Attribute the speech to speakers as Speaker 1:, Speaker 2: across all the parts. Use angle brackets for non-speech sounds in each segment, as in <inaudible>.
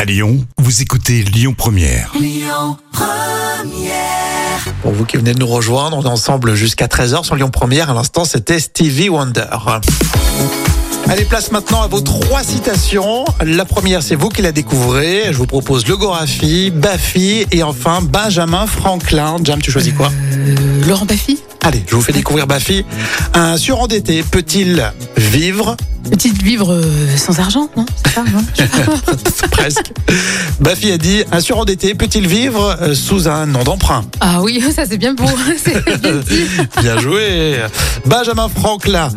Speaker 1: À Lyon, vous écoutez Lyon Première.
Speaker 2: Pour vous qui venez de nous rejoindre, on est ensemble jusqu'à 13h sur Lyon Première. À l'instant, c'était Stevie Wonder. Allez, place maintenant à vos trois citations. La première, c'est vous qui la découvrez. Je vous propose Le Gorafi, Baffy et enfin Benjamin Franklin. Jam, tu choisis quoi
Speaker 3: Euh, Laurent Baffy
Speaker 2: Allez, je vous fais découvrir Baffy. Un surendetté peut-il vivre <laughs>
Speaker 3: Petite vivre euh, sans argent, non C'est ça, non
Speaker 2: Presque. Baffy a dit Un surendetté peut-il vivre euh, sous un nom d'emprunt
Speaker 3: <laughs> Ah oui, ça c'est bien beau. <laughs> C'est bien dit.
Speaker 2: <laughs> Bien joué. Benjamin Franklin.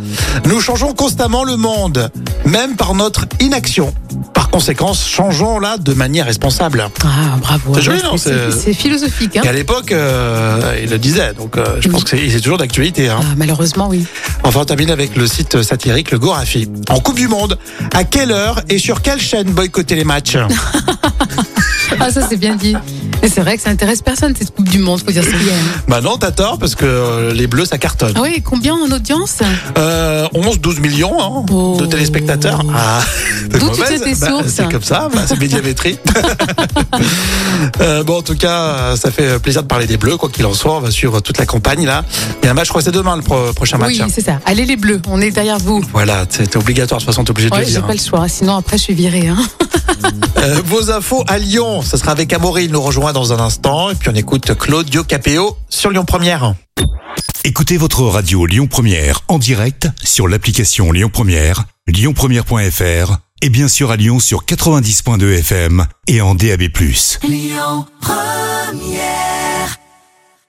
Speaker 2: Nous changeons constamment le monde, même par notre inaction. Par conséquent, changeons-la de manière responsable.
Speaker 3: Ah, bravo.
Speaker 2: C'est joli,
Speaker 3: Ouais,
Speaker 2: non, c'est-
Speaker 3: c'est philosophique. Hein
Speaker 2: Et à l'époque, euh, il le disait, donc euh, je pense que c'est- c'est toujours d'actualité. Hein.
Speaker 3: Ah, malheureusement, oui.
Speaker 2: Enfin, on termine avec le site satirique Le Gorafi. En Coupe du Monde, à quelle heure et sur quelle chaîne boycotter les matchs
Speaker 3: Ah, ça c'est bien dit. Mais c'est vrai que ça intéresse personne cette Coupe du Monde, faut dire ça.
Speaker 2: Bah non, t'as tort, parce que euh, les Bleus, ça cartonne.
Speaker 3: Ah oui, combien en audience
Speaker 2: Euh, 11-12 millions hein,
Speaker 3: Oh.
Speaker 2: de téléspectateurs.
Speaker 3: <laughs>
Speaker 2: Ah, t'es
Speaker 3: D'où tu
Speaker 2: mauvaise.
Speaker 3: sais tes
Speaker 2: Bah,
Speaker 3: sources
Speaker 2: C'est comme ça, bah, c'est
Speaker 3: <laughs>
Speaker 2: médiamétrie. <laughs> Euh, bon, en tout cas, euh, ça fait plaisir de parler des Bleus, quoi qu'il en soit. On va suivre toute la campagne là. Il y a un match, je crois, que c'est demain le pro- prochain match.
Speaker 3: Oui,
Speaker 2: hein.
Speaker 3: c'est ça. Allez les bleus, on est derrière vous.
Speaker 2: Voilà, c'était obligatoire, de toute façon, t'es obligé de
Speaker 3: Ouais,
Speaker 2: le
Speaker 3: j'ai
Speaker 2: dire.
Speaker 3: pas
Speaker 2: hein.
Speaker 3: le choix, sinon après je suis virée. Hein.
Speaker 2: Euh, vos infos à Lyon, ça sera avec Amaury, il nous rejoint dans un instant. Et puis on écoute Claudio Capéo sur Lyon Première.
Speaker 1: Écoutez votre radio Lyon Première en direct sur l'application Lyon Première, lyonpremière.fr et bien sûr à Lyon sur 90.2 FM et en DAB+.